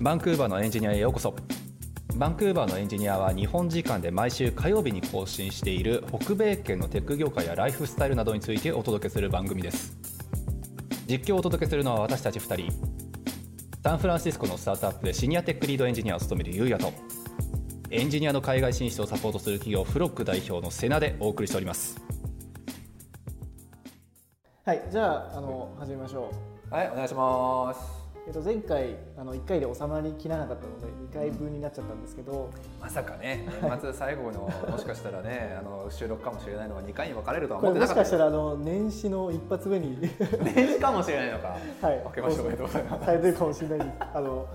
バンクーバーのエンジニアへようこそバンクーバーのエンジニアは日本時間で毎週火曜日に更新している北米圏のテック業界やライフスタイルなどについてお届けする番組です実況をお届けするのは私たち2人サンフランシスコのスタートアップでシニアテックリードエンジニアを務めるゆうやとエンジニアの海外進出をサポートする企業フロック代表のセナでお送りしておりますはい、じゃああの始めましょう。はい、お願いします。えっと前回あの一回で収まりきらなかったので二回分になっちゃったんですけど、まさかね、年末最後のもしかしたらね、あの収録かもしれないのが2回に分かれるとはこ思れってもなしかっ。かしたたらあの年始の一発 目に年始かもしれないのか。はい、明けましておめでとうございますされてるかもしれないです。あの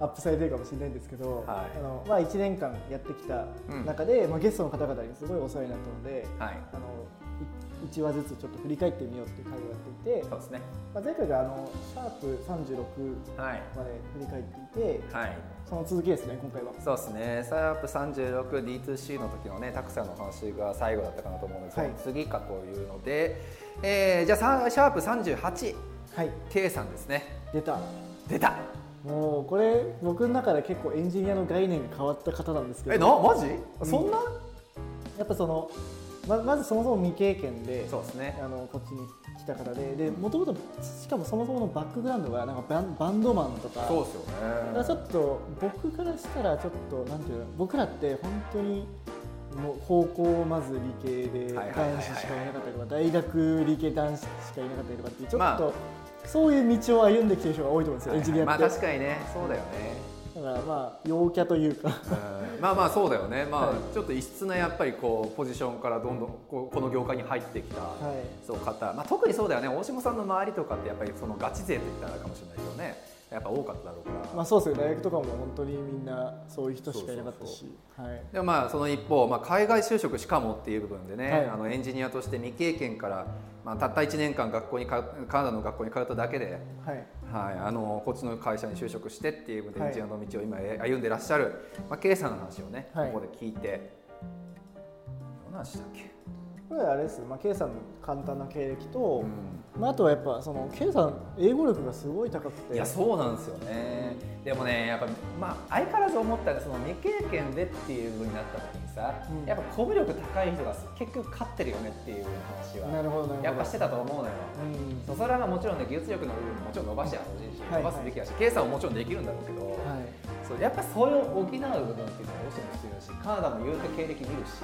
アップされてるかもしれないんですけど、はいあのまあ一年間やってきた中で、まあゲストの方々にすごいお世話になったので、はいあのい一話ずつちょっと振り返ってみようっていう会をやっていて、そうですね。まあ前回があのシャープ三十六はい。まで振り返っていて、はい。その続きですね今回は。そうですね。サイアップ 36D2C の時のね、たくさんの話が最後だったかなと思うんですけど、はい次かというので、えー、じゃあさシャープ 38K はいさんですね。出た。出た。もうこれ僕の中で結構エンジニアの概念が変わった方なんですけどえ、なマジ？そそんんな？やっぱそのままずそもそも未経験でそうですね。あのこっちに来た方ででもともとしかもそもそものバックグラウンドがなんかバンバンドマンとかそうですよね。だからちょっと僕からしたらちょっとなんていうの僕らって本当にもう高校まず理系ではい男はいはいはい子しかいなかったりとか大学理系男子しかいなかったりとかっていうちょっと、まあそういう道を歩んできてる人が多いと思うんですよ、エンジニアって。まあ確かにね、そうだよね。だからまあ陽キャというかうんまあまあそうだよね、まあ、ちょっと異質なやっぱりこうポジションからどんどんこうこの業界に入ってきた、いそう方、まあ、特にそうだよね大下さんの周りとかってやっぱりそのガチ勢といったらあれかもしれないけどねやっぱ多かっただろうから、まあそうですよ大学とかも本当にみんなそういう人しかいなかったしそうはいでもまあその一方、まあ、海外就職しかもっていう部分でね、はいあのエンジニアとして未経験から、まあ、たった1年間学校にかカナダの学校に通っただけで、はいはい、あのこっちの会社に就職してっていう部分ではいエンジニアの道を今歩んでらっしゃる、まあ、K さんの話をね、はいここで聞いてどんな話だっけこれあれですまあ K さんの簡単な経歴とう、んまあ、あとはやっぱその K さん英語力がすごい高くていやそうなんですよね、でもねやっぱ、まあ、相変わらず思ったらその未経験でっていう部分になった時にさ、うんやっぱコミュ力高い人が結局勝ってるよねっていう話なはるほどなるほどやっぱしてたと思うのよ、うんそうそれはもちろんね技術力の部分ももちろん伸ばしてほしいし、はい伸ばすべきだし計算ももちろんできるんだろうけど、はいそうやっぱそれを補う部分っていうのはどうしても必要だしカナダも言うて経歴見るし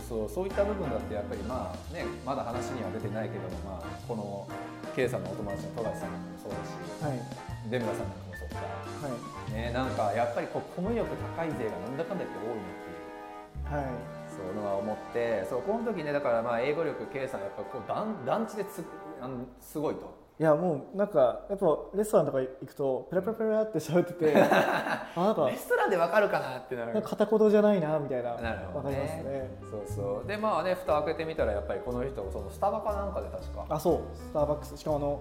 そうそうそういった部分だってやっぱりまあねまだ話には出てないけども、まあ、この K さんのお友達の富樫さんもそうだし、うんはい出村さんなんかもそうか、はね、なんかやっぱりこうコミュ力高い勢がなんだかんだ言って多いなっていいうはいそうのは思ってそうこの時ねだからまあ英語力 K さんやっぱこう団団地でつあのすごいといやもうなんかやっぱレストランとか行くとペラペラペラって喋ってて あなんかレストランでわかるかなってなるなんか片言じゃないなみたいななるほわどかりねますねそうそうでまあね蓋開けてみたらやっぱりこの人そのスタバかなんかで確かあそうスターバックスしかもあの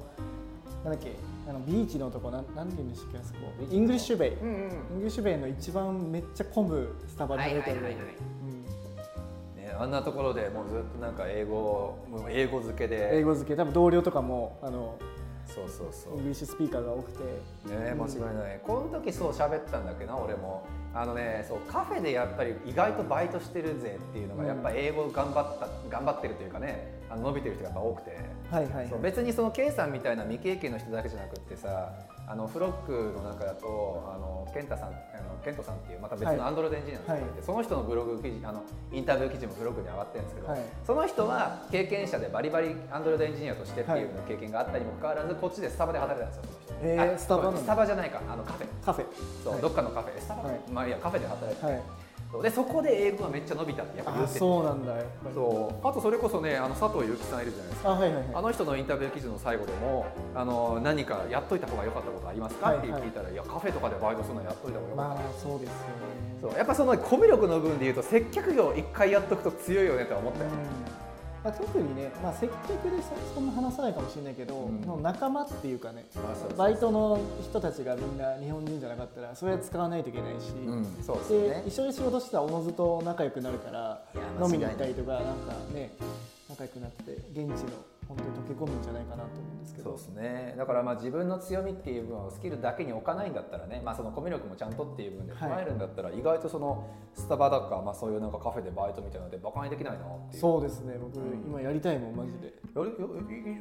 なんだっけあのビーチのとこなんなんて言うんでしたっけあそこイングリッシュベイ、うんうんイングリッシュベイの一番めっちゃ混むスタバに出てはいる、はいはいはいうんね、あんなところでもうずっとなんか英語もう英語付け英で語付け多分同僚とかもあのそうそうそうイングリッシュスピーカーが多くてねうん間違いない、この時そう喋ったんだけどな俺もあのねそうカフェでやっぱり意外とバイトしてるぜっていうのが、うんやっぱ英語頑張った頑張ってるというかねあの伸びてる人がやっぱ多くて、はいはいそうはい別にその K さんみたいな未経験の人だけじゃなくってさあのフロックの中だとあの健太さんあの健人さんっていうまた別はいのアンドロイドエンジニアの人がいて、はいその人のブログ記事あのインタビュー記事もブログに上がってるんですけど、はいその人は経験者でバリバリアンドロイドエンジニアとしてっていうの経験があったにもかかわらずこっちでスタバで働いてたんですよその人へーあスタバなんだスタバじゃないかあのカフェカフェそう、はいどっかのカフェスタバ、はいまあいいやカフェで働いてた、はいそうでそこで英語がめっちゃ伸びたってやっぱ言あっててそうなんだやっぱりそうあとそれこそねあの佐藤由紀さんいるじゃないですかあはいはいあはの人のインタビュー記事の最後でもあの何かやっといた方が良かったことありますか、はいって聞いたら、いやカフェとかでバイトするのやっといた方がい良かったまあそうですよねそうやっぱそのコミュ力の部分で言うと接客業一回やっとくと強いよねとは思ったよ、うんまあ、特にね、まあ、接客でそそんな話さないかもしれないけど、うんその仲間っていうかねまあそうそうバイトの人たちがみんな日本人じゃなかったらそれは使わないといけないし、うん、そうですよでね一緒に仕事してたらおのずと仲良くなるからいや間違いない飲みに行ったりとかなんかね仲良くなって現地の本当に溶け込むんじゃないかなと思うんですけそうどですねだからまあ自分の強みっていう部分をスキルだけに置かないんだったらね、まあ、そのコミュ力もちゃんとっていう部分ではい捉えるんだったら、意外とそのスタバだか、まあ、そういうなんかカフェでバイトみたいなのでバカにできないなっていうそうですね僕うん今やりたいもんマジ でよよよ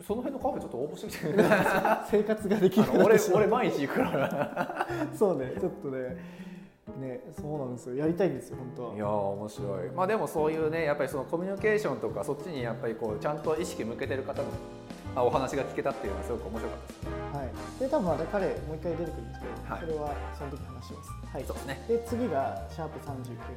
その辺のカフェちょっと応募してみ てあ生活ができなくのなっ俺てしまう俺毎日行くからそうねちょっとねねそうなんですよやりたいんですよ本当はいやー面白い、まあ、でもそういうねやっぱりそのコミュニケーションとかそっちにやっぱりこうちゃんと意識向けてる方のあお話が聞けたっていうのはすごく面白かったですはいで多分また彼もう一回出てくるんですけど、はいそれはその時話しますはいそうですねで次がシャープ39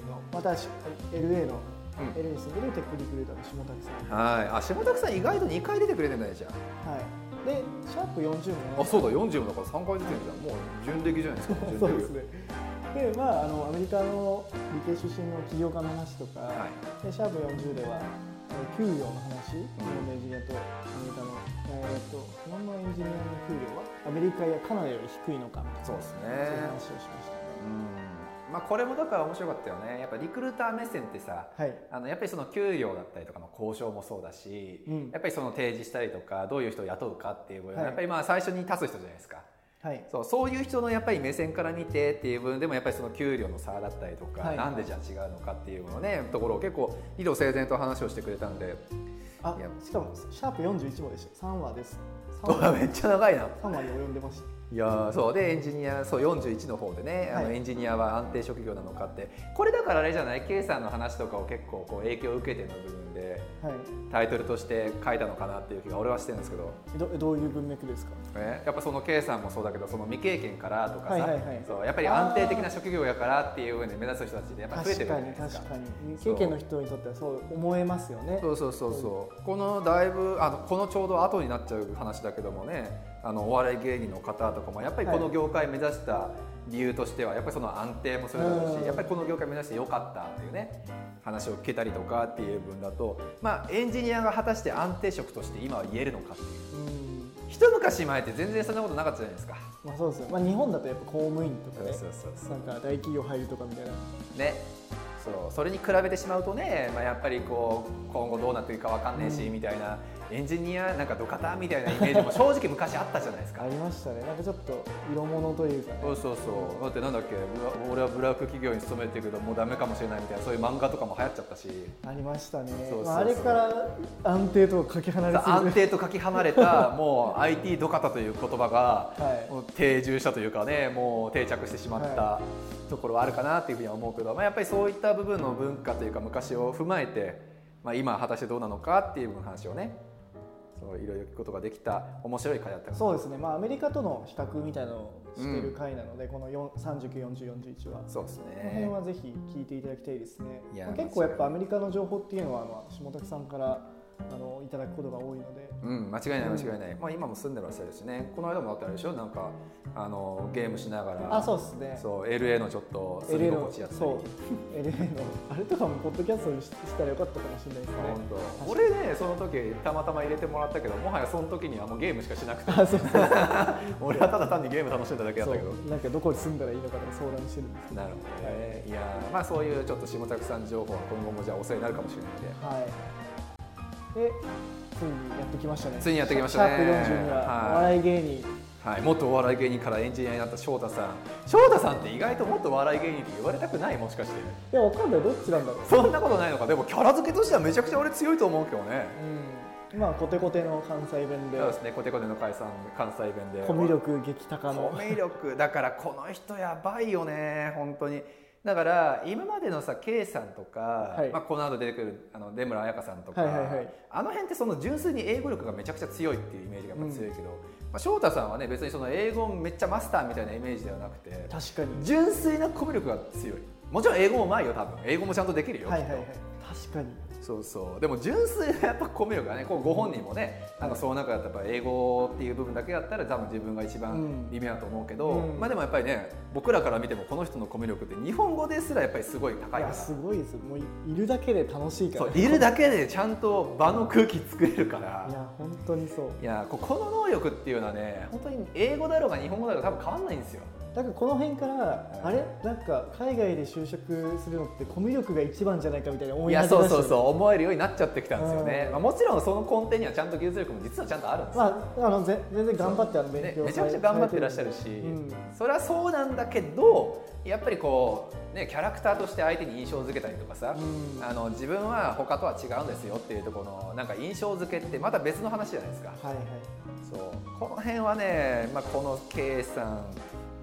のまたし LA の、うん LA に住んでるテックリクルーターの下滝さんはいあ下田さん意外と2回出てくれてんだねじゃはい、でシャープ40あのあそうだ40もだから3回出てるじゃんもう準レギュじゃないですか準レそうですねでギュまああのアメリカの理系出身の起業家の話とか、はいでシャープ40ではえー給料の話日本のエンジニアとアメリカの、えー、と日本のエンジニアの給料はアメリカやカナダより低いのかみたいなそうですねそういう話をしましたねうんまあこれもだから面白かったよねやっぱリクルーター目線ってさはいあのやっぱりその給料だったりとかの交渉もそうだし、うんやっぱりその提示したりとかどういう人を雇うかっていう部分、はいやっぱりまあ最初に立つ人じゃないですかはいそうそういう人のやっぱり目線から見てっていう部分でもやっぱりその給料の差だったりとか、はいなんでじゃあ違うのかっていうのねところを結構理路整然と話をしてくれたん であいやしかもシャープ41もでした3話です3うわ 話めっちゃ長いな3話に及んでましたいやーそうでエンジニアそう41の方でね、あのはいエンジニアは安定職業なのかってこれだからあれじゃない K さんの話とかを結構こう影響を受けての部分ではいタイトルとして書いたのかなっていう気が俺はしてるんですけど。どどういう文脈ですかね、やっぱその K さんもそうだけどその未経験からとかさ、はいはいはいそうやっぱり安定的な職業やからっていうふうに目指す人たちってやっぱ増えて確るじゃかないにですか確かに未経験の人にとってはそう思えますよねそうそうそうそうこのだいぶあのこのちょうど後になっちゃう話だけどもねあのお笑い芸人の方とかもやっぱりこの業界目指した理由としてはやっぱりその安定もそれだろううんしやっぱりこの業界目指してよかったっていうね話を聞けたりとかっていう分だとまあエンジニアが果たして安定職として今は言えるのかっていううん一昔前って全然そんなことなかったじゃないですか。まあそうですよ、まあ、日本だとやっぱ公務員とかねそうなんか大企業入るとかみたいなねそうそれに比べてしまうとね、まあ、やっぱりこう今後どうなっていくかわかんねえし、みたいなエンジニアなんかドカタンみたいなイメージも正直昔あったじゃないですかありましたねなんかちょっと色物というかねそうそうそうだってなんだっけブラ俺はブラック企業に勤めてるけどもうダメかもしれないみたいなそういう漫画とかも流行っちゃ ったしありましたねうそうそうまあ、あれから安定とかけ離れすぎ安る定とかけ離れたもう IT ドカタという言葉が はいもう定住したというかねもう定着してしまったはところはあるかなっていうふうには思うけど、まあ、やっぱりそういった部分の文化というか昔を踏まえて、まあ、今果たしてどうなのかっていう部分の話をねそういろいろ聞くことができた面白い会だったかなそうですねまあアメリカとの比較みたいなのをしてる回なので、この394041は、そうですこの辺ねはぜひ聞いていただきたいですねいやまあ間違いない結構やっぱアメリカの情報っていうのは、まあ、下滝さんからあのいただくことが多いのでうん、間違いない間違いない、まあ、今も住んでらっしゃるしねこの間もだってあれでしょなんかあのゲームしながらあそうですねそう LA のちょっと住 LA みの心地やったりそう LA のあれとかもポッドキャストにししたらよかったかもしれないですね本当俺ねその時たまたま入れてもらったけどもはやその時にはもうゲームしかしなくてあそうそうそう俺はただ単にゲーム楽しんだだけだったけどそうなんかどこに住んだらいいのかとか相談してるんですけどなるほどねいやーまあそういうちょっと下拓さん情報は今後もじゃあお世話になるかもしれないんではいでついにやってきましたねついにやってきましたねシャープ40にははいお笑い芸人はい元お笑い芸人からエンジニアになった翔太さん翔太さんって意外と元お笑い芸人って言われたくないもしかしていやわかんないどっちなんだろうそんなことないのかでもキャラ付けとしてはめちゃくちゃ俺強いと思うけどねうんまあコテコテの関西弁でそうですねコテコテの解散関西弁でコミュ力激高コのミュ力だからこの人やばいよね本当にだから今までのさ K さんとか、はいまあ、この後出てくるあの出村彩香さんとか、はいはいはいあの辺ってその純粋に英語力がめちゃくちゃ強いっていうイメージがやっぱ強いけど、まあ、翔太さんはね別にその英語めっちゃマスターみたいなイメージではなくて確かに純粋なコミュ力が強いもちろん英語もうまいよ多分英語もちゃんとできるよ、はいきはいっとはい確かにそうそうでも純粋なやっぱコミュ力がねこうご本人もねなんかその中だったらやっぱ英語っていう部分だけだったら多分自分が一番微妙だと思うけど、うんまあでもやっぱりね僕らから見てもこの人のコミュ力って日本語ですらやっぱりすごい高いいかやらすごいですもういいるだけで楽しいからそういるだけでちゃんと場の空気作れるからいや本当にそういやここの能力っていうのはね本当に英語だろうが日本語だろうが多分変わんないんですよだからこの辺から、うんあれなんか海外で就職するのってコミュ力が一番じゃないかみたいな思いいや始めそまうしたそようそう思えるようになっちゃってきたんですよね、うんまあ、もちろんその根底にはちゃんと技術力も実はちゃんとあるんですよ、まああのぜ全然頑張ってあの勉ね強、めちゃくちゃ頑張ってらっしゃるし、うんそれはそうなんだけどやっぱりこう、ね、キャラクターとして相手に印象付けたりとかさ、うんあの自分は他とは違うんですよっていうところのなんか印象付けってまた別の話じゃないですか、はいはいそうこの辺はね、まあ、この K さん、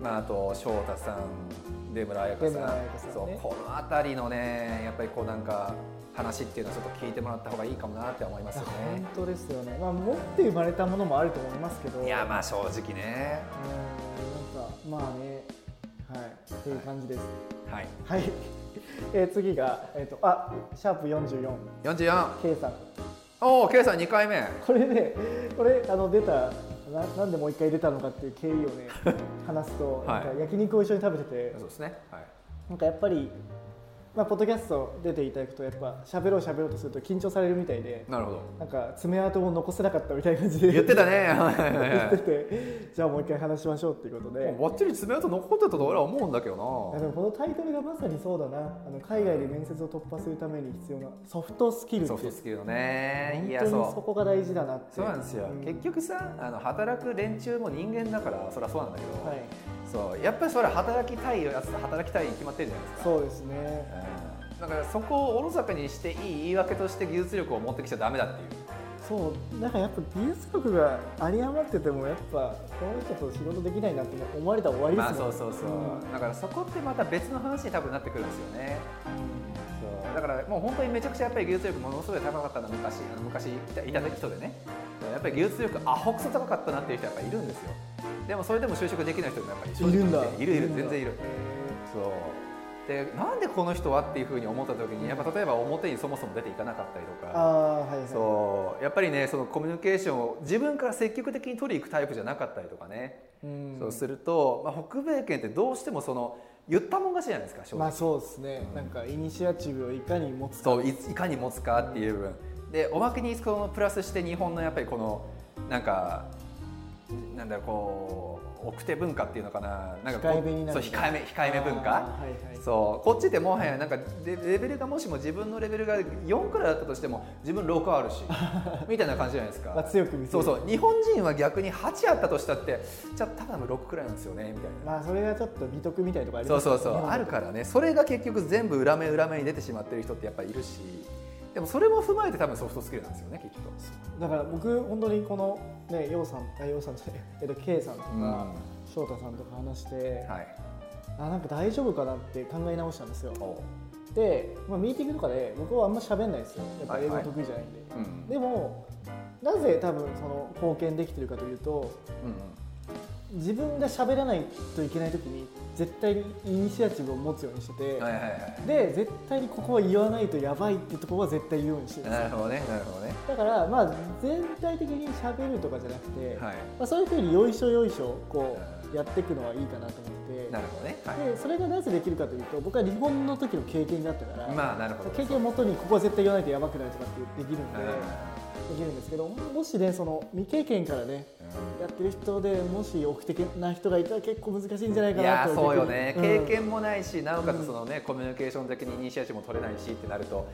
まあ、あと翔太さん出村彩香さん出村彩香さんねそうこの辺りのねやっぱりこうなんか話っていうのはちょっと聞いてもらった方がいいかもなって思いますよね本。当ですよね、まあ、持って生まれたものもあると思いますけどいやまあ正直ねうんなんかまあねはいっていう感じですはいはい、 えー次が、えー、とあシャープ44 44K さんおお K さん2回目これねこれあの出たななんでもう一回出たのかっていう経緯を ね話すと、はいなんか焼肉を一緒に食べててそうですねはいなんかやっぱり、まあ、ポッドキャスト出ていただくとやっぱ喋ろう喋ろうとすると緊張されるみたいでなるほどなんか爪痕も残せなかったみたいな感じで 言ってたね 言っててじゃあもう一回話しましょうっていうことでもうバッチリ爪痕残ってたと俺は思うんだけどいやなでもこのタイトルがまさにそうだなあの海外で面接を突破するために必要なソフトスキルっていソうフトスキルのね本い当やにそうそこが大事だなってそうなんですよ、うん結局さあの働く連中も人間だからそりゃそうなんだけど、はいそうやっぱりそれは働きたいやつと働きたいに決まってるじゃないですかそうですねうんだからそこをおろそかにしていい言い訳として技術力を持ってきちゃダメだっていうそうなんかやっぱ技術力が有り余っててもやっぱこの人と仕事できないなって思われたら終わりでますあもん、そうそうそう、だからそこってまた別の話に多分なってくるんですよねそうだからもう本当にめちゃくちゃやっぱり技術力ものすごい高かったの昔あの昔いたいた人でねやっぱり技術力アホくそ高かったなっていう人やっぱいるんですよでもそれでも就職できない人もやっぱり正うんいる直んだいるいる全然いるへそうでなんでこの人はっていうふうに思った時にやっぱ例えば表にそもそも出ていかなかったりとーかあーはいはいそうやっぱりねそのコミュニケーションを自分から積極的に取りに行くタイプじゃなかったりとかね、うんそうすると、まあ、北米圏ってどうしてもその言ったもん勝ちじゃないですか正直まあそうですね、なんかイニシアチブをいかに持つかそういいかに持つかっていう部分、でおまけにそのプラスして日本のやっぱりこのなんかなんだろうこう奥手文化っていうのかななんかこ控えうめになるそう控えめ控えめ文化、あーはいはいそうこっちでもはやなんかレレベルがもしも自分のレベルが4くらいだったとしても自分6あ るしみたいな感じじゃないですか、まあ強く見せるそうそう日本人は逆に8あったとしたってじゃあただの6くらいなんですよねみたいな、まあそれがちょっと美徳みたいなとこありそまうすねそうそう日本だとあるからねそれが結局全部裏目裏目に出てしまってる人ってやっぱいるしでもそれも踏まえて多分ソフトスキルなんですよねきっと。だから僕本当にこのねようさんあようさんじゃないえっと K さんとか、うん翔太さんとか話して、はいあなんか大丈夫かなって考え直したんですよおうで、まあ、ミーティングとかで僕はあんま喋んないですよやっぱはい英は語い得意じゃないんで、うんうんでもなぜ多分その貢献できてるかというと自分が喋らないといけない時に絶対にイニシアチブを持つようにしてて、うんはいはいはで絶対にここは言わないとやばいってところは絶対言うようにしてるんいですよなるほどねなるほどねだからまあ全体的に喋るとかじゃなくて、はいまあ、そういうふうによいしょよいしょこううやっていくのはいいかなと思ってなるほどねはいでそれがなぜできるかというと僕は日本の時の経験があったから、まあなるほど経験をもとにここは絶対言わないとやばくなるとかってできるんで、うんできるんですけどもしねその未経験からねやってる人でもし奥的な人がいたら結構難しいんじゃないかいなやとーそうよね、逆に経験もないしなおかつその、ねコミュニケーション的にイニシアチブも取れないしってなると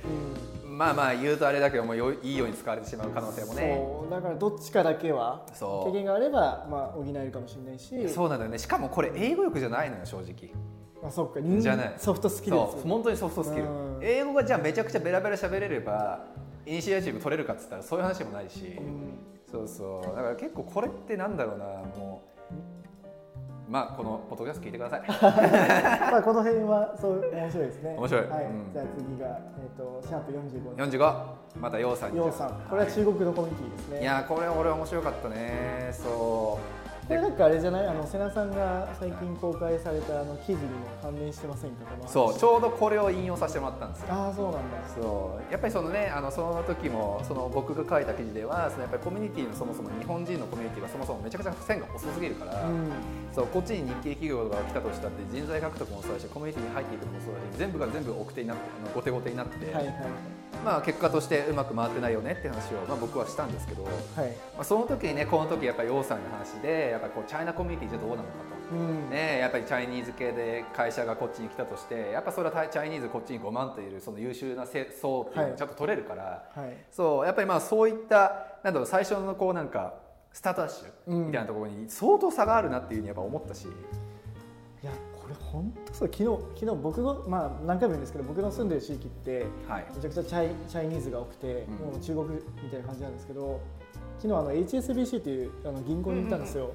うんうんまあまあ言うとあれだけどもよいいように使われてしまう可能性もねそうだからどっちかだけはそう経験があれば、まあ、補えるかもしれないそうしなんだよねしかもこれ英語力じゃないのよ正直まあ、そっか人じゃないソフトスキルですそうよね本当にソフトスキルうん英語がじゃあめちゃくちゃベラベラ喋れればイニシアチブ取れるかっつったらそういう話もないし、うんそうそうだから結構これってなんだろうなもうまあこのポッドキャスト聞いてください まあこの辺はそう面白いですね。面白いはい。うんじゃあ次がえっ、とシャープ45の45またようさんにようさん。これは中国のコミュニティですね。いやーこれ俺面白かったねそうこれなんかあれじゃないあの瀬名さんが最近公開されたあの記事にも関連してませんかこの話そうちょうどこれを引用させてもらったんですよああそうなんだ。そうやっぱりそのねあのその時もその僕が書いた記事ではそのやっぱりコミュニティのそもそも日本人のコミュニティがそもそもめちゃくちゃ線が細すぎるから、うん。そうこっちに日系企業が来たとしたって人材獲得もそうだしコミュニティに入っていくのもそうだし全部が全部奥手になってあの後手後手になって、はいはい。まあ、結果としてうまく回ってないよねって話を、まあ、僕はしたんですけど、まはいあ、その時にねこの時やっぱり王さんの話でやっぱりこうチャイナコミュニティじゃどうなのかと。うんね、やっぱりチャイニーズ系で会社がこっちに来たとしてやっぱそれはタイチャイニーズこっちに5万といるその優秀なせ層っていうのはをいちゃんと取れるから、はいそうやっぱりまあそういったなんだろう最初のこうなんかスタートダッシュみたいなところに相当差があるなっていうふうにやっぱ思ったし、いやこれ本当そう昨日昨日僕がまあ何回も言うんですけど僕の住んでる地域ってはいめちゃくちゃチャイチャイニーズが多くて、うんもう中国みたいな感じなんですけど昨日あの HSBC っていうあの銀行に行ったんですよ、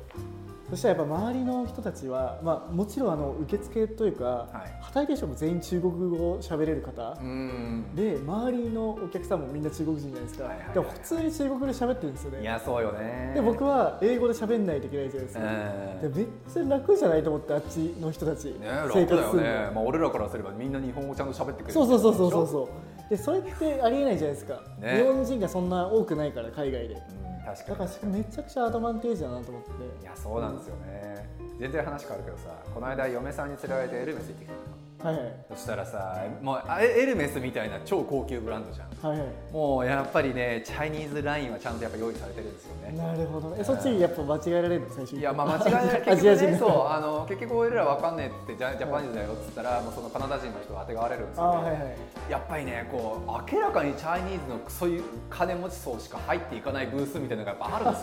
そしたらやっぱ周りの人たちは、まあ、もちろんあの受付というか、い働いてる人も全員中国語を喋れる方う、んで周りのお客さんもみんな中国人じゃないですか、はいはいはいでも普通に中国語で喋ってるんですよいねやそうよねで僕は英語で喋んないといけないじゃないですか、うんでめっちゃ楽じゃないと思ってあっちの人たち、ね生楽活だよするの、ね、まあ、俺らからすればみんな日本語ちゃんと喋ってくれるそうそうそうそうそうう、そうでそれってありえないじゃないですか、ね日本人がそんな多くないから海外でうん、確だかにからそれめちゃくちゃアドバンテージだなと思っていやそうなんですよね全然話変わるけどさこの間嫁さんに連れられてエルメス行ってきたのはいはいそしたらさもうあエルメスみたいな超高級ブランドじゃんはいはもうやっぱりねチャイニーズラインはちゃんとやっぱ用意されてるんですよいねなるほどねえそっちやっぱ間違えられるの最初いやまあ間違いない ア結ジア局人ねがそうあの結局俺らわかんねえって言ってジャジャパニーズだよっつったらもうそのカナダ人の人があてがわれるんですあよ、ねあはいはいやっぱりねこう明らかにチャイニーズのそういう金持ち層しか入っていかないブースみたいなのがやっぱあるん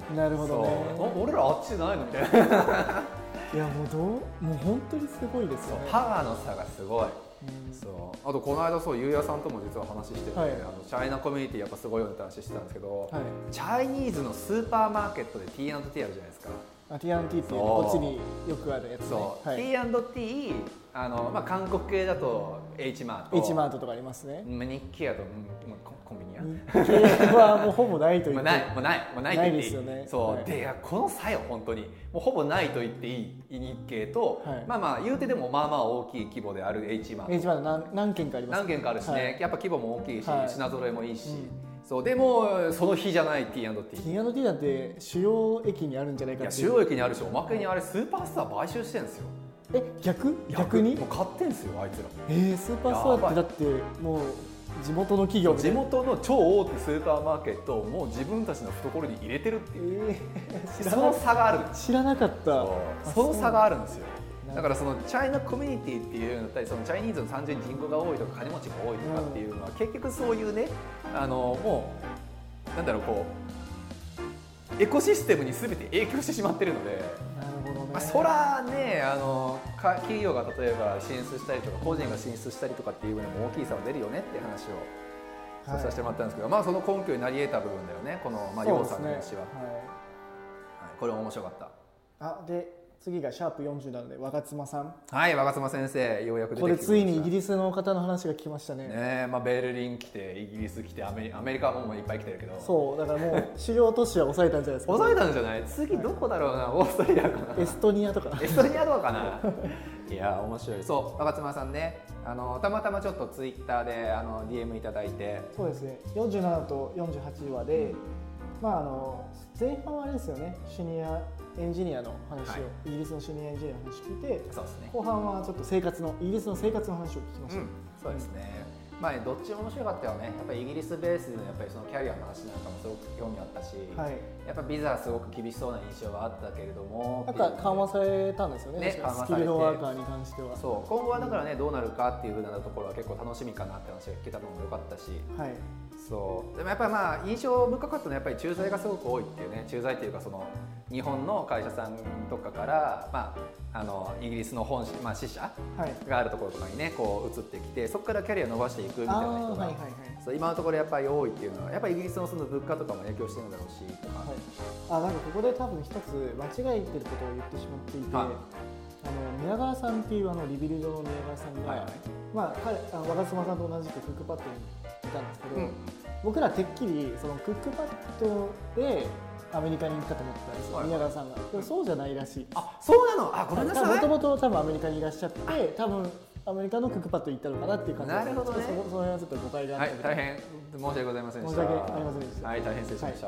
ですよなるほどそうねお俺らあっちじゃないのみたいないやもうどうもう本当にすごいですよねパワーの差がすごういんそうあとこの間そうゆうやさんとも実は話してて、はいあのチャイナコミュニティやっぱすごいよねって話してたんですけど、はいチャイニーズのスーパーマーケットで T&T あるじゃないですかあ T&T っていうこっちによくあるやつねそう、はい T&T あの、まあ、韓国系だと H マート H マートとかありますねまあ日系だと、うんまあココンビニや、契約はもうほぼないと言まってあ、ないもうないもうないと言ってないいいですよねそう、はいでいやこの差よ本当にもうほぼないと言っていい日系と、はいまあまあ言うてでもまあまあ大きい規模である H マート H マート何何件かあります何軒かあるしね、はいやっぱ規模も大きいし、はい品揃えもいいし、そうでもその日じゃない T&T T&T だって主要駅にあるんじゃないいかやって主いう要駅にあるしおまけにあれスーパースター買収してんですよえ逆逆にもう買ってんすよあいつらえー、スーパースターってだってもう地元の企業みた地いな元の超大手スーパーマーケットをもう自分たちの懐に入れてるっていうえー、知らそなの差があるんです知らなかったよあその差があるんですよそうだからそのチャイナコミュニティっていうのだったりそのチャイニーズの単純に人口が多いとか金持ちが多いとかっていうのは結局そういうねあのもうなんだろうこうエコシステムに全て影響してしまってるので、なるほどね、まあ、そらねあのか企業が例えば進出したりとか個人が進出したりとかっていうのも大きい差は出るよねって話をそうさせてもらったんですけど、まあその根拠になり得た部分だよねこのまあそう楊でさすんのね話は、はいはいこれ面白かったあで次がシャープ40なので若妻さんはい若妻先生ようやく出てきこれてくれましつたいにイギリスの方の話が聞きましたねねえまあ、ベルリン来てイギリス来てアメリアメリカももういっぱい来てるけどそうだからも う主要都市は抑えたんじゃないですか抑えたんじゃない次どこだろうなオーストリアかな エストニアとかエストニアとかかな いや面白いそう若妻さんねあのたまたまちょっとツイッターであの DM いただいてそうですね47と48話で、まああの前半はあれですよねシニアエンジニアの話を、はいイギリスのシニアエンジニアの話聞いてそうですね後半はちょっと生活のイギリスの生活の話を聞きましうた、ん、そうですね、まあ、どっちも面白かったよね、やっぱりイギリスベースでのやっぱりそのキャリアの話なんかもすごく興味あったし、はいやっぱビザはすごく厳しそうな印象はあったけれども、なんか緩和っていうされたんですよねね確か緩和スされてキルドワーカーに関してはそう今後はだからね、どうなるかっていうふうなところは結構楽しみかなって話が聞けたのも良かったし、はいそうでもやっぱりまあ印象深かったのは、やっぱり駐在がすごく多いっていうね、駐在っていうか、その日本の会社さんとかから、まあ、あのイギリスの本社、まあ、支社はいがあるところとかにね、こう移ってきて、そこからキャリア伸ばしていくみたいなあー人はいはがい。はいそう今のところやっぱり多いっていうのはやっぱりイギリスのその物価とかも影響してるんだろうしとか、はい、あなんかここで多分一つ間違えてることを言ってしまっていて、はいあの宮川さんっていうあのリビルドの宮川さんが、はいはいまあ、彼あの若妻さんと同じくクックパッドにいたんですけど、うん僕らてっきりそのクックパッドでアメリカに行ったと思ってたんですよ、はい宮川さんがでもそうじゃないらしいあそうなのあごめんなさい、もともと多分アメリカにいらっしゃって多分アメリカのクックパッドに行ったのかなっていう感じなるほどねちょっとそその辺はちょっと誤解があっはたけいど、大変申し訳ございませんでした申し訳ありませんでしたはい大変失礼しまし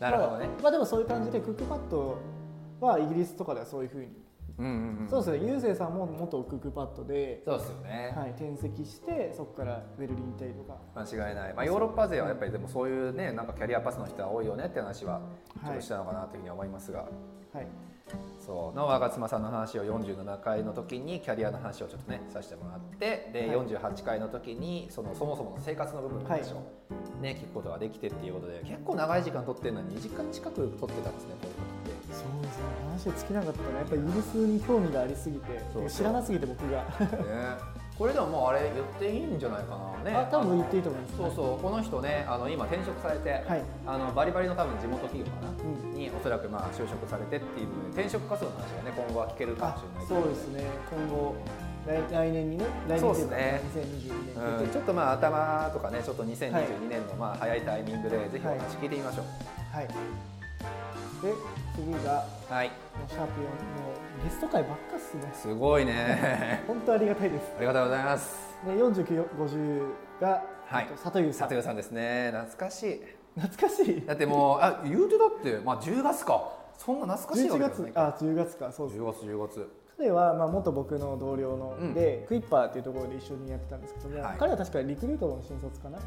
た、なるほどねまあ、まあでもそういう感じでクックパッドはイギリスとかではそういうふうにうんうんうんそうですね、ゆうせいさんも元クックパッドで、そうですよね、はい、転籍して、そこからベルリン行ったりとか、間違いない、まあ、ヨーロッパ勢はやっぱりでもそういうねなんかキャリアパスの人は多いよねって話はちょっとしたのかなというふうに思いますが、はい、そうの若妻さんの話を47回の時にキャリアの話をちょっとねさせてもらってで、はい48回の時にそのそもそもの生活の部分の話を、ね聞くことができてっていうことで結構長い時間取ってるのに2時間近く取ってたんですねこういう時って。そうですね、話が尽きなかったら、やっぱりイギリスに興味がありすぎて、そうそう知らなすぎて僕が、ね、これでももうあれ言っていいんじゃないかなねあ 多分言っていいと思います。そうそうこの人ねあの今転職されて、はいあのバリバリの多分地元企業かな、うにおそらくまあ就職されてっていうので転職活動の話がね今後は聞けるかもあしれないけどそうですね、今後、来来年にね、来年というか、そうです2022年にうん向けちて、ょっとまあ頭とかねちょっと2022年のまあ早いタイミングでぜひおはい話聞いてみましょうはい。で、次が、はい、シャープ4のゲスト会ばっかっすね、すごいね 本当ありがたいです。ありがとうございますで49、50が、はいえっと里湯さ佐ん藤さんですね懐かしい懐かしいだってもうあ言うてだってまあ10月かそんな懐かしいわ11けじゃ月ないかあ10月かそうです10月10月彼はまあ元僕の同僚の、うんでクイッパーっていうところで一緒にやってたんですけども、はい彼は確かリクルートの新卒かな、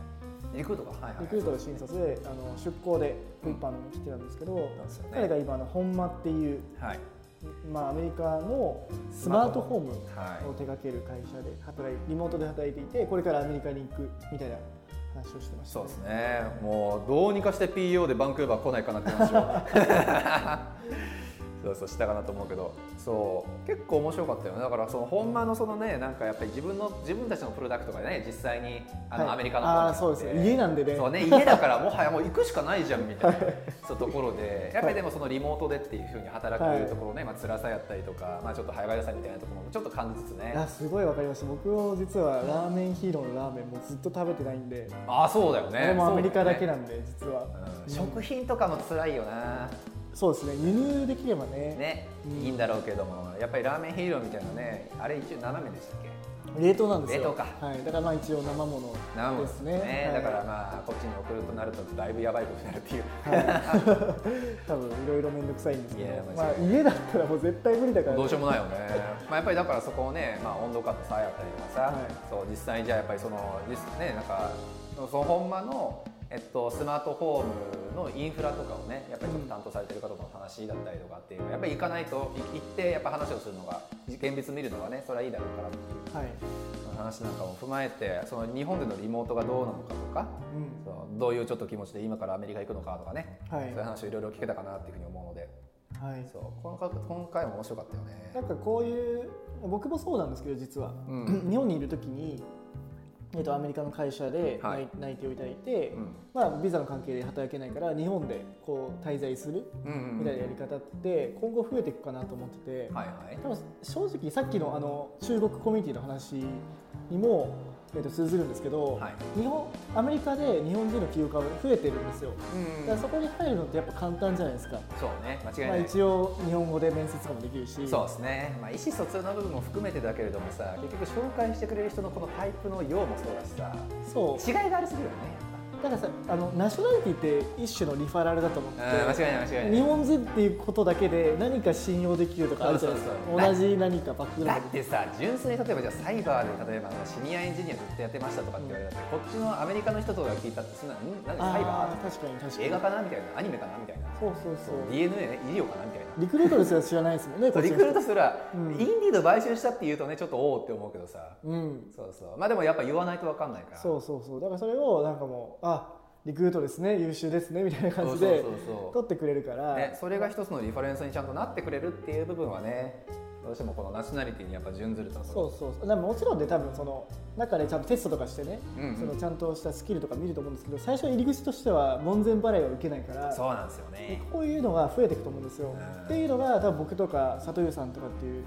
リクルートかはいはいリクルートの新卒であの出向でクイッパーの方に来てたんですけど、なんですよね彼が今あの本間っていう、はいまあ、アメリカのスマートホームはいを手掛ける会社で働いリモートで働いていてこれからアメリカに行くみたいな話をしてましたそうね、ですね、もうどうにかして PO でバンクーバー来ないかなって話を そうそうしたかなと思うけどそう結構面白かったよねだからその本間のそのねなんかやっぱり自分の自分たちのプロダクトがね実際にあの、はいアメリカのあー方に行ってそうですね家なんでねそうね家だからもはやもう行くしかないじゃんみたいなそうところでやっぱりでもそのリモートでっていうふうに働はいくところね、まあ辛さやったりとか、まあ、ちょっと早がやさみたいなところもちょっと感じつつねあすごいわかりました僕も実はラーメンヒーローのラーメンもずっと食べてないんで、ああそうだよこねれもアメリカだけだなんで、実は、食品とかも辛いよなそうですね輸入できればねね、うんいいんだろうけどもやっぱりラーメンヒーローみたいなねあれ一応斜めでしたっけ冷凍なんですよ冷凍かはい、だからまあ一応生もの斜めですねはいだ からまあこっちに送るとなるとだいぶやばいことになるっていう、 多分いろいろ面倒くさいんですけいやど、ま間あ違い、ない家だったらもう絶対無理だからどうしようもないよねまあやっぱりだからそこをね、まあ、温度感の差やったりとかさ、はいそう実際じゃあやっぱりその実ねなんかその本間のえっと、スマートホームのインフラとかをねやっぱりちょっと担当されてる方との話だったりとかっていうやっぱり行かないとい行ってやっぱ話をするのが現物見るのがねそれはいいだろうからっはい、ていうその話なんかも踏まえてその日本でのリモートがどうなのかとかうんそのどういうちょっと気持ちで今からアメリカ行くのかとかね、はいそういう話をいろいろ聞けたかなっていうふうに思うのではい、そうこのか今回も面白かったよねなんかこういう僕もそうなんですけど実は、う日本にいる時に、えっとアメリカの会社ではい内内定をいただいて、うんまあ、ビザの関係で働けないから日本でこう滞在するうんうんみたいなやり方って今後増えていくかなと思ってて、はいはい多分正直さっきのあの中国コミュニティの話にも、えっと通ずるんですけど、はい日本アメリカで日本人の起業家が増えてるんですよ、うんだからそこに入るのってやっぱ簡単じゃないですか、そうね間違いまなあ、い、一応日本語で面接とかもできるしそうですね、まあ、意思疎通の部分も含めてだけれどもさ結局紹介してくれる人のこのパイプの量もそうだしさそう違いがありすぎるよねだからさあのナショナリティって一種のリファラルだと思っててやっぱうん間違いない間違いな日い本人っていうことだけで何か信用できるとかあるじゃないですかそうそうそう同じ何かバックグラウだっンドでてさ純粋に例えばじゃあサイバーで例えばシニアエンジニアずっとやってましたとかって言われたって、こっちのアメリカの人とか聞いたってそんなのんなんでサイバあー確かに確ーかに映画かなみたいなアニメかなみたいなそうそうそう DNA ね医療かなみたいなリクルートですら知らないですもんねそうこっちリのク人ルートすら、うんインディード買収したっていうとねちょっとおおって思うけどさうんそうそうまあでもやっぱ言わないと分かんないからそうそうそうだからそれをなんかもうあリクルートですね優秀ですねみたいな感じでそうそうそうそう取ってくれるから、ね、それが一つのリファレンスにちゃんとなってくれるっていう部分はねどうしてもこのナショナリティにやっぱ準ずるところそうそうそうでももちろんで多分その中でちゃんとテストとかしてね、うんうんそのちゃんとしたスキルとか見ると思うんですけど最初入り口としては門前払いは受けないからそうなんですよねこういうのが増えていくと思うんですよ、うんっていうのが多分僕とか里湯さんとかっていう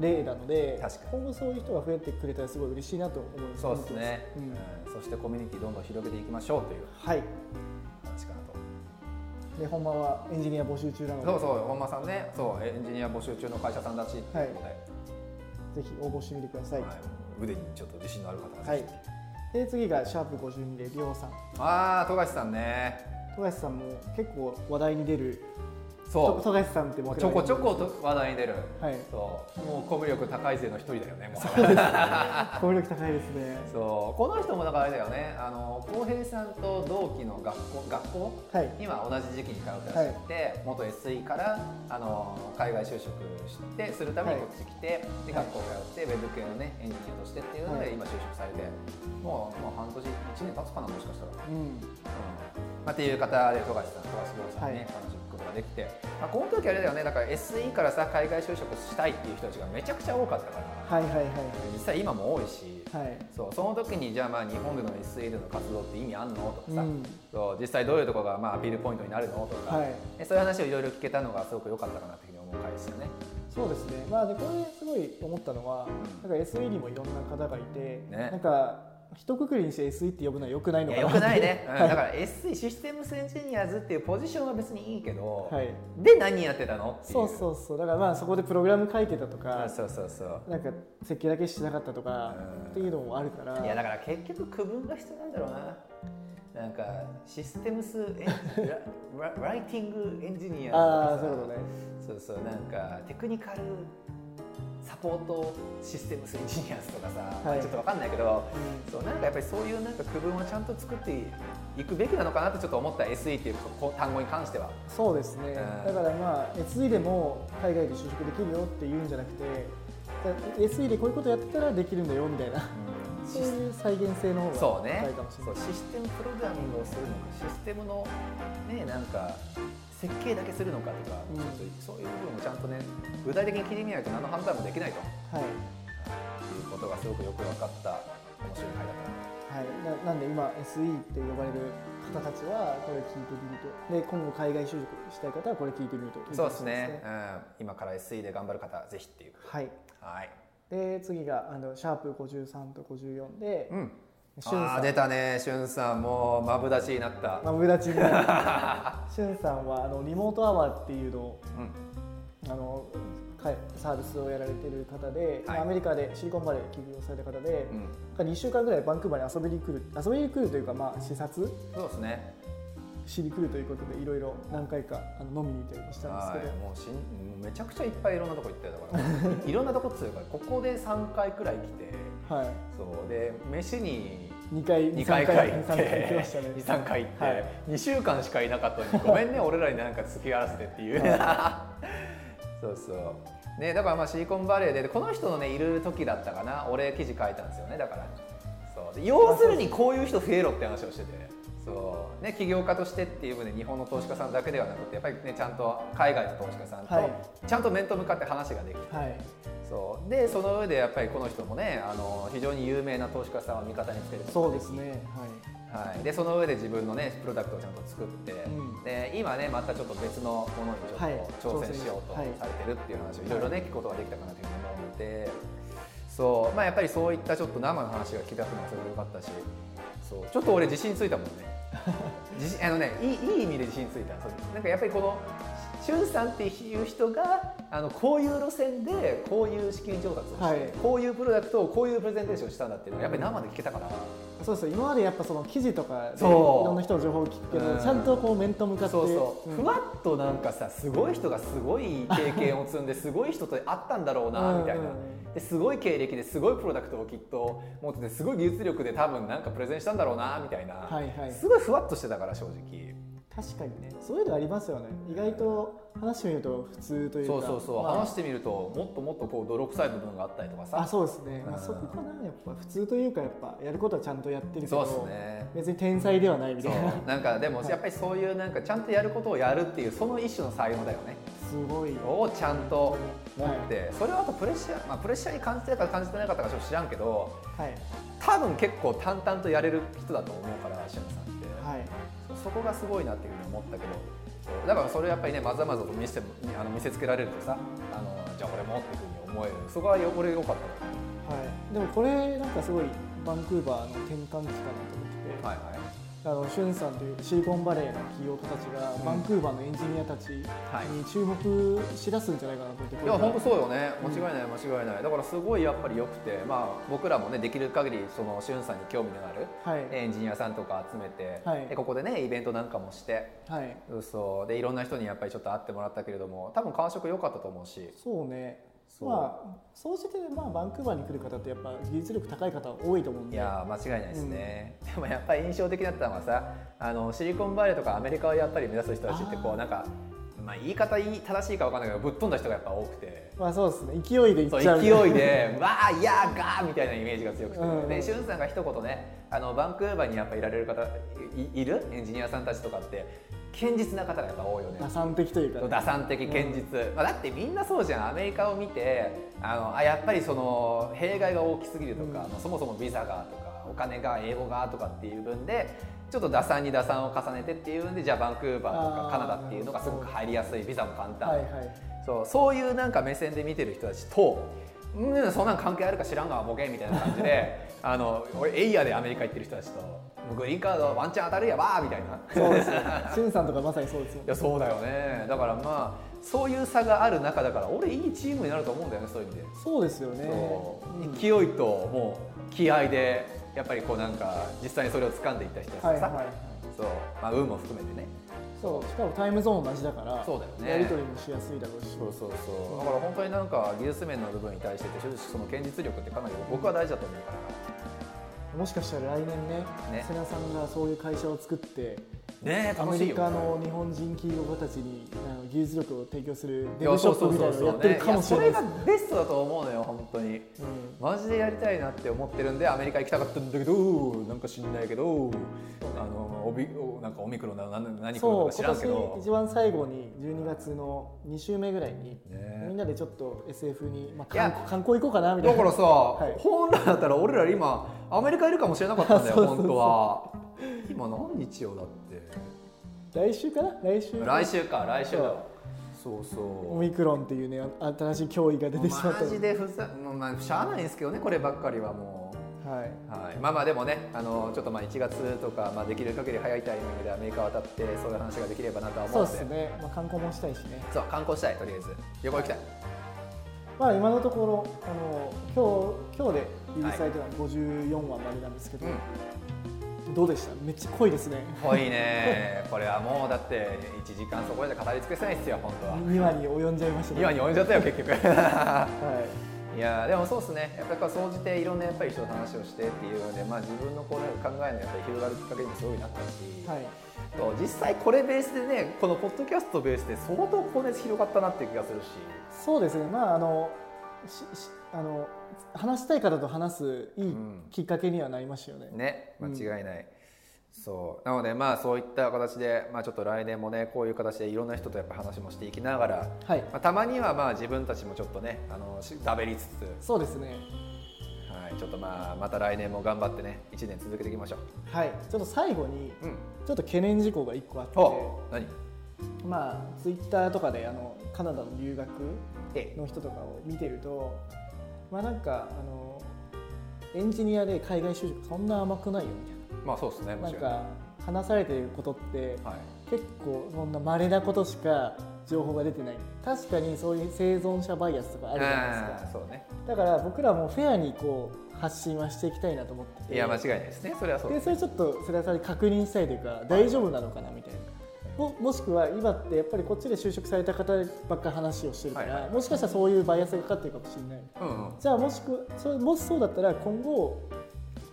例なので確かに今後そういう人が増えてくれたらすごい嬉しいなと思いますそうですね、ううんんそしてコミュニティどんどん広げていきましょうというはい話かなとで本番はエンジニア募集中なのでそうそう本間さんねそうエンジニア募集中の会社さんだしっていうことで、ぜひ応募してみてください、はい腕にちょっと自信のある方がはぜいひ、、で次がシャープ52でりょうさんああ富樫さんね富樫さんも結構話題に出るそう富樫さんってもう僕ちらょがこちょこと話題に出る、はいそうもうコミュ力高い勢の一人だよねもう攻撃力高いですねそうこの人もだからあれだよねあの浩平さんと同期の学校学校はい今同じ時期に通ってらっしゃって、元 SE からあの海外就職してするためにはいこっち来て、ではい学校通ってウェブ系のねエンジニアとしてっていうのはでい今就職されて、もうもう半年1年経つかなもしかしたら。うんまあ、っていう方で富樫さん、富樫亮さんに、ねはい話すことができて、まあ、この時あれだよね、だから SE からさ、海外就職したいっていう人たちがめちゃくちゃ多かったから、はいはいはい実際今も多いし、はいはいそうその時に、じゃあまあ日本での SE での活動って意味あんのとかさ、うんそう実際どういうところがまあアピールポイントになるのとか、はいえそういう話をいろいろ聞けたのがすごく良かったかなっていうふうに思う回ですよね。そうですね、まあ、でこれすごい思ったのは、なんか SE にもいろんな方がいて、ねなんか一括りにして SE って呼ぶのはよくないのいかなやよくないね、うんはいだから SE システムスエンジニアズっていうポジションは別にいいけど、はい、で何やってたのっていうそうそうそうだからまあそこでプログラム書いてたとあかそうそうそうなんか設計だけしてなかったとかうんっていうのもあるからいやだから結局区分が必要なんだろうな。なんかシステムスエンララライティングエンジニアとかあさあそういうことねそうそうなんかテクニカルサポートシステムスエンジニアとかさ、はいちょっとわかんないけど、うそうなんかやっぱりそういうなんか区分をちゃんと作っていくべきなのかなとちょっと思った SE っていうこ単語に関しては。そうですね、んだからまあ SE でも海外で就職できるよっていうんじゃなくてだ SE でこういうことやってたらできるんだよみたいな そういう再現性の方そがうね高いかもしれなそういシステムプログラミングをするのかシステムのねなんか設計だけするのかとか、うんちょっとそういう部分をちゃんとね具体的に切り見ないと何の判断もできないとはいいうことがすごくよく分かった面白い回だったなはい、ななんで今 SE って呼ばれる方たちはこれ聞いてみるとで今後海外就職したい方はこれ聞いてみるといいかもしれそうないですね、うん、今から SE で頑張る方ぜひっていうはいはい、で次があのシャープ53と54で、うん、しゅんあさーん出たねしゅんさんもうまぶだちになった、まあ無駄 ちになるしゅんさんはあのリモートアワーっていうのをうん、あのかサービスをやられてる方で、はいアメリカでシリコンバレー起業された方で、うん、 2週間ぐらいバンクーバーに遊びに来る遊びに来るというか、まあ、視察そうですねしに来るということでいろいろ何回かあの飲みに行ったりもしたんですはけど、い、もうしんもうめちゃくちゃいっぱいいろんなとこ行ったよだからいいろんなとこっつうかここで3回くらい来てはい、そうで飯に2回2回くらい行2っ回行きてま したね23回行って、はい2週間しかいなかったのにごめんね俺らになんか付き合わせてっていう そうそうねだからまあシリコンバレーででこの人のねいる時だったかな俺記事書いたんですよねだからそうで要するにこういう人増えろって話をしててそうね起業家としてっていう部分で日本の投資家さんだけではなくてやっぱりねちゃんと海外の投資家さんと、はいちゃんと面と向かって話ができてはいそうでその上でやっぱりこの人もねあの非常に有名な投資家さんを味方につけることそがうでできすねはいはい、でその上で自分のねプロダクトをちゃんと作って、うんで今ねまたちょっと別のものにはちいょっと挑戦しようと挑戦しされてるっていう話をいろいろね聞くことができたかなというふうに思うので、そうまあやっぱりそういったちょっと生の話が聞いたのもすごく良かったし、そうちょっと俺自信つ いたもんね。自信あのねいいいい意味で自信ついた。そうなんかやっぱりこのしゅんさんっていう人があのこういう路線でこういう資金調達をして、はいこういうプロダクトをこういうプレゼンテーションしたんだっていうのがやっぱり生で聞けたから。そうですね今までやっぱその記事とかでいそうろんな人の情報を聞くけうんどちゃんとこう面と向かってそうそう、んふわっとなんかさすごい人がすごい経験を積んですごい人と会ったんだろうなみたいなうんうんうんですごい経歴ですごいプロダクトをきっと持っててすごい技術力で多分なんかプレゼンしたんだろうなみたいな、はいはいすごいふわっとしてたから正直。確かにねそういうのありますよね意外と話してみると普通というかそうそうそう、まあ話してみるともっともっとこう泥臭い部分があったりとかさあそうですね、まあ、うんそこかなやっぱ普通というかやっぱやることはちゃんとやってるけどそうですね別に天才ではないみたそいうななんかでもやっぱりそういうなんかちゃんとやることをやるっていうその一種の才能だよねすごいをちゃんと持って、それはあとプレッシャー、まあ、プレッシャーに感じてたか感じてなかったかちょっと知らんけどはい多分結構淡々とやれる人だと思うからしゅんさんって、はいそこがすごいなっていうふうに思ったけどそうだからそれやっぱりねまざまざと見せてあの見せつけられるとさあのじゃあ俺もっていうふうに思えるそこはよ俺良かったなはい、でもこれなんかすごいバンクーバーの転換期かなと思ってて、はいはいあのシュンさんというシリコンバレーの企業家たちが、うんバンクーバーのエンジニアたちはいに注目しだすんじゃないかなと思って、いや本当うそうよね間違いない間違いないだからすごいやっぱり良くてまあ僕らもねできる限りそのしゅんさんに興味のあるはい、エンジニアさんとか集めて、はいでここでねイベントなんかもしてはい、そうでいろんな人にやっぱりちょっと会ってもらったけれども多分感触良かったと思うしそうねそうまあ総じて、まあ、バンクーバーに来る方ってやっぱ技術力高い方多いと思うんいでやー間違いないですね、でもやっぱり印象的だったのはさあのシリコンバレーとかアメリカをやっぱり目指す人たちってこあうーなんか、まあ、言い方いい正しいかわかんないけどぶっ飛んだ人がやっぱ多くて。まあそうですね勢いでいっそうちゃうみた勢いで「 わあいやーガー」みたいなイメージが強くて、うんでしゅんさんが一言ねあのバンクーバーにやっぱいられる方いいるエンジニアさんたちとかって堅実な方がやっぱ多いよね打算的というか、打算的堅実、まあ、だってみんなそうじゃんアメリカを見てあのあやっぱりその弊害が大きすぎるとか、うんまあそもそもビザがとかお金が英語がとかっていう分でちょっと打算に打算を重ねてっていうんでじゃあバンクーバーとあーかカナダっていうのがすごく入りやすいビザも簡単、はいはいそうそういうなんか目線で見てる人たちと「うんそんなん関係あるか知らんがボケ」みたいな感じで あの俺エイヤーでアメリカ行ってる人たちと「もうグリーンカードワンチャン当たるやばー」みたいな。そうですねしゅんさんとかまさにそうですもんいやそうだよねだからまあそういう差がある中だから俺いいチームになると思うんだよねそういう意味で、そうですよねそううん勢いともう気合でやっぱりこうなんか実際にそれを掴んでいった人たちとさ、はいはいはいそう、まあ、運も含めてねそうしかもタイムゾーン同じだからそうだよねやり取りもしやすいだろうしそうそうそうだから本当になんか技術面の部分に対してってその堅実力ってかなり僕は大事だと思うからもしかしたら来年ねね瀬名さんがそういう会社を作ってねア楽メしいリよカの日本人企業家たちにあの技術力を提供するいデやブシそョうップそうみたそいうなのをやそうってるかもしれないねでやそれがベストだと思うのよ本当にすうんマジでやりたいなって思ってるんでアメリカ行きたかったんだけどなんか知んないけどあのオビおなんかオミクロンな何何クロそンうだか今知らんけど年一番最後に12月の2週目ぐらいに、ねみんなでちょっと SF に、まあ、いや観観光行こうかなみたいだなからさ、い本来だったら俺ら今アメリカいるかもしれなかったんだよそうそうそう本当は今何日よだっ来週かな来週て来週か来週だわそうそうオミクロンっていうねあ新しい脅威が出てしまったマジでふざ、まあ、しゃあないんですけどねこればっかりはもう。はいはい、まあまあでもねあのちょっとまあ1月とか、まあ、できる限り早いタイミングでアメリカ渡ってそういう話ができればなとは思そううのでですね、まあ、観光もしたいしねそう観光したいとりあえず旅行行きたいまあ今のところあの今日今日で指サイトは54話までなんですけど、どうでしためっちゃ濃いですね 濃いねこれはもうだって1時間そこで語り尽くせないですよ本当は2話に及んじゃいましたね今に及んじゃったよ結 局いはいやーでもそうですねやっぱり総じていろんなやっぱり人と話をしてっていうので、まあ、自分のこうね考えのやっぱり広がるきっかけにもすごいなったし、はいと実際これベースでねこのポッドキャストベースで相当こうね広がったなっていう気がするしそうですねまああのししあの話したい方と話すいいんきっかけにはなりましたよね、ねう間ん違いない、そうなのでまあそういった形で、まあ、ちょっと来年もねこういう形でいろんな人とやっぱ話もしていきながら、はいまあ、たまにはまあ自分たちもちょっとねあのしだべりつつ、そうですねはい、ちょっとまあまた来年も頑張ってね1年続けていきましょうはいちょっと最後にうんちょっと懸念事項が1個あって、お何まあツイッターとかであのカナダの留学えの人とかを見てるとまあなんかあのエンジニアで海外就職そんな甘くないよみまあそうですねたいなもなちんろんはか話されてることってい結構そんな稀なことしか情報が出てない確かにそういう生存者バイアスとかあるじゃないですあーかそうねだから僕らもフェアにこう発信はしていきたいなと思ってていや間違いないですねそれはそうでそれちょっと世代さんに確認したいというか大丈夫なのかなみたいな。ももしくは今ってやっぱりこっちで就職された方ばっかり話をしてるから、はいはいもしかしたらそういうバイアスがかかってるかもしれないうんうんじゃあもしくそれもしそうだったら今後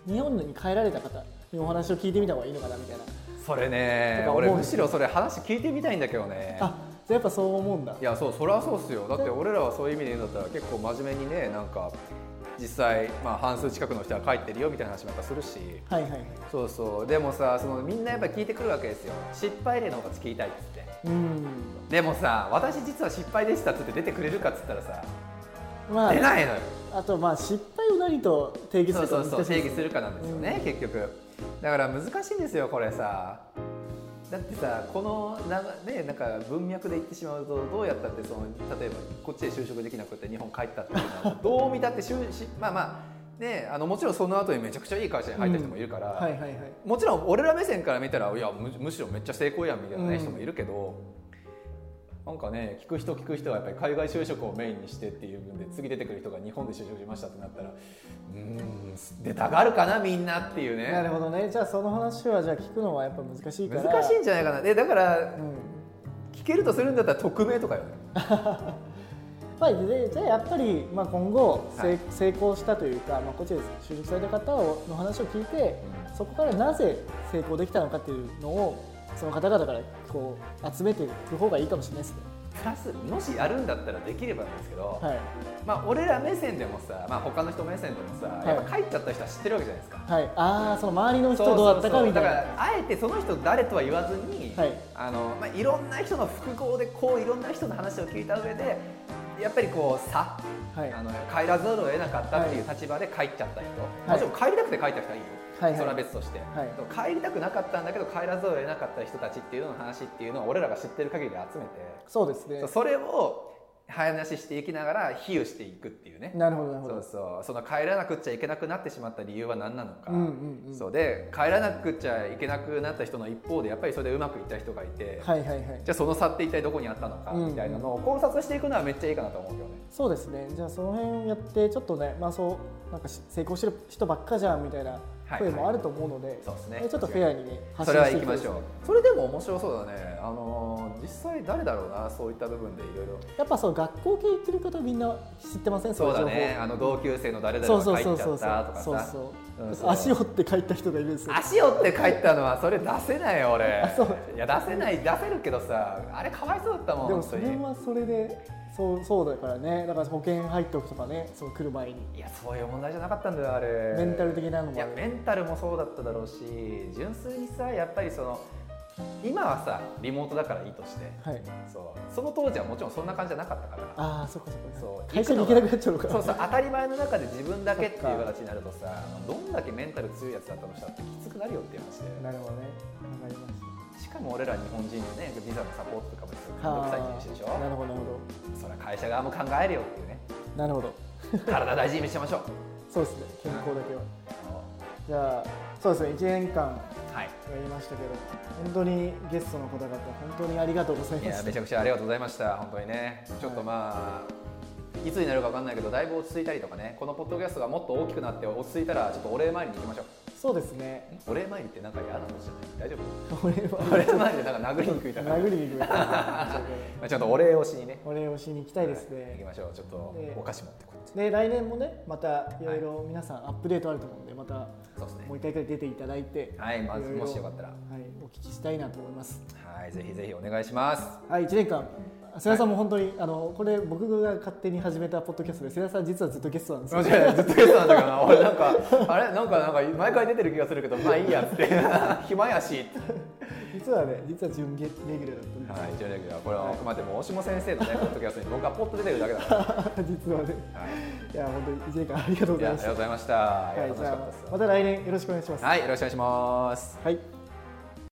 日本に帰られた方にお話を聞いてみた方がいいのかなみたいなそれねとか思う俺むしろそれ話聞いてみたいんだけどねあじゃあやっぱそう思うんだいやそうそれはそうっすよだって俺らはそういう意味で言うんだったら結構真面目にねなんか実際、まあ、半数近くの人は帰ってるよみたいな話もやっぱするしはいはいはいそうそうでもさそのみんなやっぱ聞いてくるわけですよ失敗例の方が聞きたいっつってうんでもさ私実は失敗でしたっつって出てくれるかっつったらさま出あないのよあとまあ失敗を何と定義すそうるかそ難しういそう定で義するかなんですよね、結局だから難しいんですよこれさだってさこのな、ね、なんか文脈で言ってしまうとどうやったってその例えばこっちで就職できなくて日本帰ったっていうのはどう見たって就しまあまあであのもちろんその後にめちゃくちゃいい会社に入った人もいるから、はいはいはいもちろん俺ら目線から見たらいやむむしろめっちゃ成功やんみたいなね、うん人もいるけどなんかね聞く人聞く人はやっぱり海外就職をメインにしてっていう分で次出てくる人が日本で就職しましたってなったらうーん出たがるかなみんなっていうなるねほどねじゃあその話はじゃあ聞くのはやっぱ難しいから難しいんじゃないかなでだからうん聞けるとするんだったら匿名とかよねまあ、でじゃあやっぱり、まあ、今後、せはい成功したというか、まあ、こっちで就職された方をの話を聞いてそこからなぜ成功できたのかっていうのをその方々からこう集めていく方がいいかもしれないですね。プラスもしやるんだったらできればなんですけど、はいまあ俺ら目線でもさ、まあ、他の人目線でもさ、いやっぱ帰っちゃった人は知ってるわけじゃないですかはい、ああその周りの人どうだったかみたいな。そうそうそうだからあえてその人誰とは言わずに、はいいあのまあ、いろんな人の複合でこういろんな人の話を聞いた上でやっぱりこう差、はいあの帰らざるを得なかったっていう立場で帰っちゃった人、もちろん帰りたくて帰った人ははいいいよ、はいそれは別として、はいでも帰りたくなかったんだけど帰らざるを得なかった人たちっていうのの話っていうのを俺らが知ってる限りで集めてそうですねそうそれを早話していきながら比喩していくっていうねなるほどなるほそどうそうその帰らなくっちゃいけなくなってしまった理由は何なのか、うんうんうんそうで帰らなくっちゃいけなくなった人の一方でやっぱりそれでうまくいった人がいて、はいはいはいじゃあその差って一体どこにあったのかうんみたいなのを考察していくのはめっちゃいいかなと思うけどね。そうですねじゃあその辺やってちょっとねまあそうなんかし成功してる人ばっかじゃんみたいない声もあると思うので、そうですねちょっとフェアにねそれは行きましょうう。それでも面白そうだね。あのー実際誰だろうな、そういった部分でいろいろ。やっぱその学校系行ってる方みんな知ってませんそういだ情報ね。あの同級生の誰々そうがそう帰そっうちそゃうったとかそうさ。そううん足折って帰った人がいるんですよ足折って帰ったのはそれ出せない俺そういや出せない出せるけどさあれかわいそうだったもんでもそ本当れにはそれでそうそうだからねだから保険入っておくとかねその来る前にいやそういう問題じゃなかったんだよあれメンタル的なのいもあやるメンタルもそうだっただろうし純粋にさやっぱりその今はさリモートだからいいとしてはいそうその当時はもちろんそんな感じじゃなかった からああそっかそっかそう会社に行けなくなっちゃうのかそうそう当たり前の中で自分だけっていう形になるとさどんだけメンタル強いやつだったとしたってきつくなるよっていう話でなるほどねわかりまししかも俺ら日本人のねビザのサポートとかもすごいた面倒くさい人種でしなょるほどなるほそりゃ会社側も考えるよっていうねどなるほど体大事にしましょうそうですね健康だけはあのじゃあそうですね1年間はいやりましたけど本当にゲストの方々本当にありがとうございいまやしめちゃくちゃありがとうございました本当にねちょっとまあいつになるかわかんないけどだいぶ落ち着いたりとかねこのポッドキャストがもっと大きくなって落ち着いたらちょっとお礼参りに行きましょうたそうですねお礼参りってなんか嫌なことじゃない大丈俺夫おは礼参りってなんか殴りにくいから殴りに行くみたいなまあちょっとお礼をしにねお礼をしに行きたいです行きねましょうちょっとええお菓子持ってこいで来年もねまたいろいろ皆さんアップデートあると思うんでまたそうですねもう一回くらい出ていただいてはいまずいろいろもしよかったらはいお聞きしたいなと思いますはいぜひぜひお願いしますはい、1年間、瀬田さんも本当に、あのこれ、僕が勝手に始めたポッドキャストで、瀬田さん、実はずっとゲストなんです間よ。違いないずっとゲストなんだからな俺なん かあれなんかなんか毎回出てる気がするけどまあいいやって 暇やしって実はね、実は準レギュラーだったんですよはい、一応だけど、これはあくまでも大下先生のね、ポッドキャストに僕がポッと出てるだけだか実はね、ら。はい、いや、本当に1年間ありがとうごいざや、あいましりがとうた。ございました。いやはい、楽しじかゃったであ、また来年よろしくお願いします。す。はい、よろしくお願いします。はい